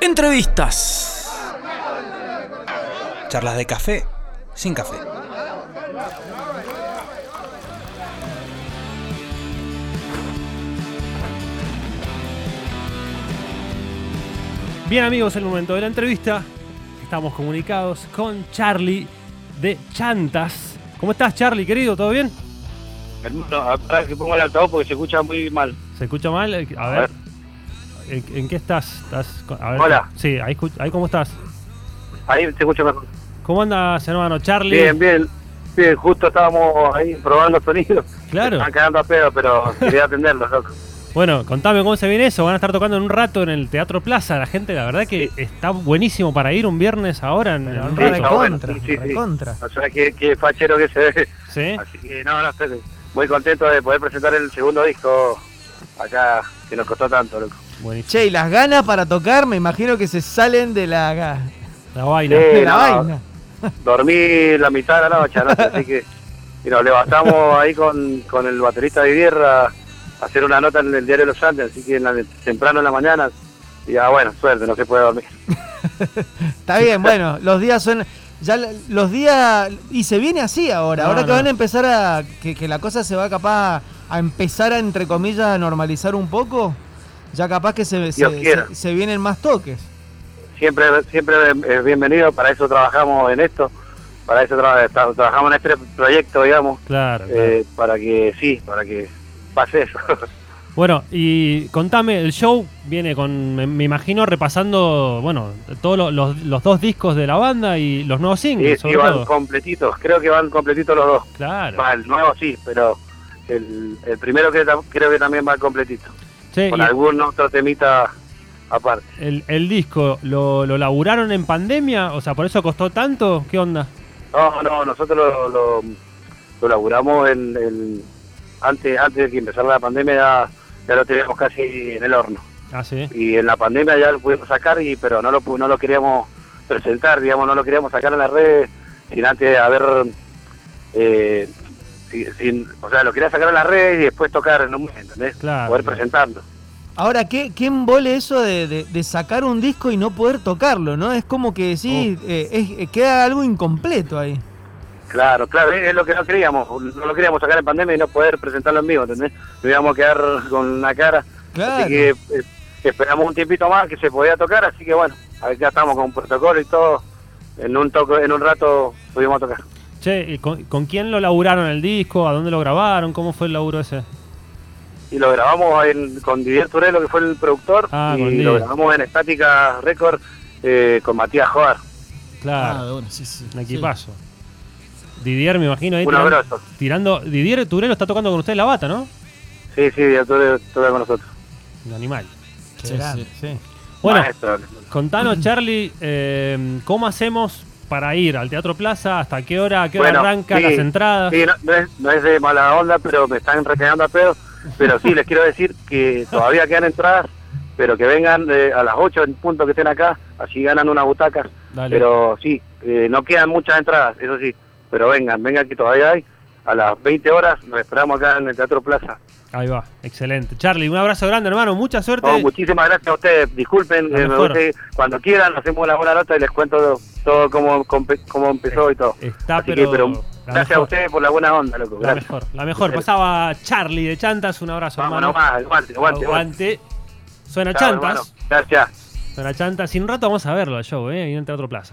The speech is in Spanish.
Entrevistas. Charlas de café sin café. Bien amigos, el momento de la entrevista. Estamos comunicados con Charlie de Chantas. ¿Cómo estás Charlie, querido? ¿Todo bien? Hermano, para que pongo el altavoz porque se escucha muy mal. ¿Se escucha mal? A ver. ver. ¿En, en qué estás? ¿Estás con- a ver. Hola. Sí, ahí, escu- ahí cómo estás. Ahí se escucha mejor. ¿Cómo andas, hermano Charlie? Bien, bien. Bien, justo estábamos ahí probando sonidos. Claro. Están quedando a pedo, pero quería atenderlos, loco. Bueno, contame cómo se viene eso. Van a estar tocando en un rato en el Teatro Plaza. La gente, la verdad que está buenísimo para ir un viernes ahora. En, en un Sí, rato. está bueno, sí, sí, sí. recontra. O sea, qué, qué fachero que se ve. ¿Sí? Así que no, no, estoy muy contento de poder presentar el segundo disco acá, que nos costó tanto, loco. Buenísimo. Che, y las ganas para tocar me imagino que se salen de la, ga- La vaina. Sí. de la no. vaina. dormí la mitad de la noche anoche, así que y nos levantamos ahí con, con el baterista de Guerra a hacer una nota en el diario de Los Andes, así que en la- temprano en la mañana, y ya bueno, suerte, no se puede dormir. Está bien, bueno, los días son... Ya la- los días... Y se viene así ahora. No, ahora que no. van a empezar a... Que, que la cosa se va capaz a empezar a, entre comillas, a normalizar un poco. Ya capaz que se, se, quiera. se- se vienen más toques. Siempre siempre es bienvenido, para eso trabajamos en esto, para eso tra- tra- trabajamos en este proyecto, digamos, Claro. claro. eh, para que sí, para que pase eso. Bueno, y contame, el show viene con, me, me imagino, repasando, bueno, todos lo- los, los dos discos de la banda y los nuevos y, singles, sobre y van todo. completitos, creo que van completitos los dos. Claro. Va, el nuevo sí, pero el, el primero que tam- creo que también va completito. Che, con y algún otro temita aparte. el, el disco, ¿lo, ¿lo laburaron en pandemia? O sea, ¿por eso costó tanto? ¿Qué onda? No, no, nosotros lo, lo, lo laburamos en, en- antes, antes de que empezara la pandemia, ya, ya lo teníamos casi en el horno. Ah, sí. Y en la pandemia ya lo pudimos sacar, y pero no lo, pu- no lo queríamos presentar, digamos, no lo queríamos sacar en las redes sin antes de haber... eh, sin, sin- o sea, lo quería sacar en las redes y después tocar en un momento, ¿entendés? Claro, Poder claro. presentarlo. Ahora, ¿qué, qué embole eso de, de- de sacar un disco y no poder tocarlo, no? Es como que sí, eh, es- eh, queda algo incompleto ahí. Claro, claro, es es lo que no queríamos. No lo queríamos sacar en pandemia y no poder presentarlo en vivo, ¿entendés? Nos íbamos a quedar con la cara. Claro. Así que eh, esperamos un tiempito más que se podía tocar, así que bueno, acá estamos con protocolo y todo. En un toco, en un rato pudimos tocar. Che, ¿y con, con quién lo laburaron el disco? ¿A dónde lo grabaron? ¿Cómo fue el laburo ese? Y lo grabamos en- con Didier Turello, que fue el productor, Ah, con y Didier. lo grabamos en Estática Record eh, con Matías Joar. Claro, bueno, sí, sí. un equipazo. Didier, me imagino, ahí Un tirando, abrazo. tirando- Didier Turelo está tocando con ustedes la bata, ¿no? Sí, sí, Didier Turello toca con nosotros. Un animal. Sí, Qué grande, sí. Bueno, Maestro. Contanos, Charlie, eh, ¿cómo hacemos para ir al Teatro Plaza? ¿Hasta qué hora? ¿A qué hora Bueno, arrancan sí, las entradas? Sí, no, no es, no es de mala onda, pero me están recañando a pedo. Pero sí, les quiero decir que todavía quedan entradas, pero que vengan eh, a las 8 en punto que estén acá, así ganan unas butacas. Dale. Pero sí, eh, no quedan muchas entradas, eso sí. Pero vengan, vengan que todavía hay. A las 20 horas nos esperamos acá en el Teatro Plaza. Ahí va, excelente. Charlie, un abrazo grande, hermano. Mucha suerte. No, Oh, muchísimas gracias a ustedes. Disculpen, La eh, me mejor. guste- cuando quieran hacemos una buena nota y les cuento todo cómo, compe- cómo empezó y todo. Está, Así Eh, ah, pero que, pero la gracias mejor. a ustedes por la buena onda, loco. la Gracias. mejor, la mejor. Dale. Pasaba Charlie de Chantas, un abrazo, Vamos hermano. nomás, aguante, aguante. aguante. Aguante. Suena Chao, Chantas. hermano. Gracias. Suena Chantas. Y en un rato vamos a verlo al show, ¿eh? Ahí en el Teatro Plaza.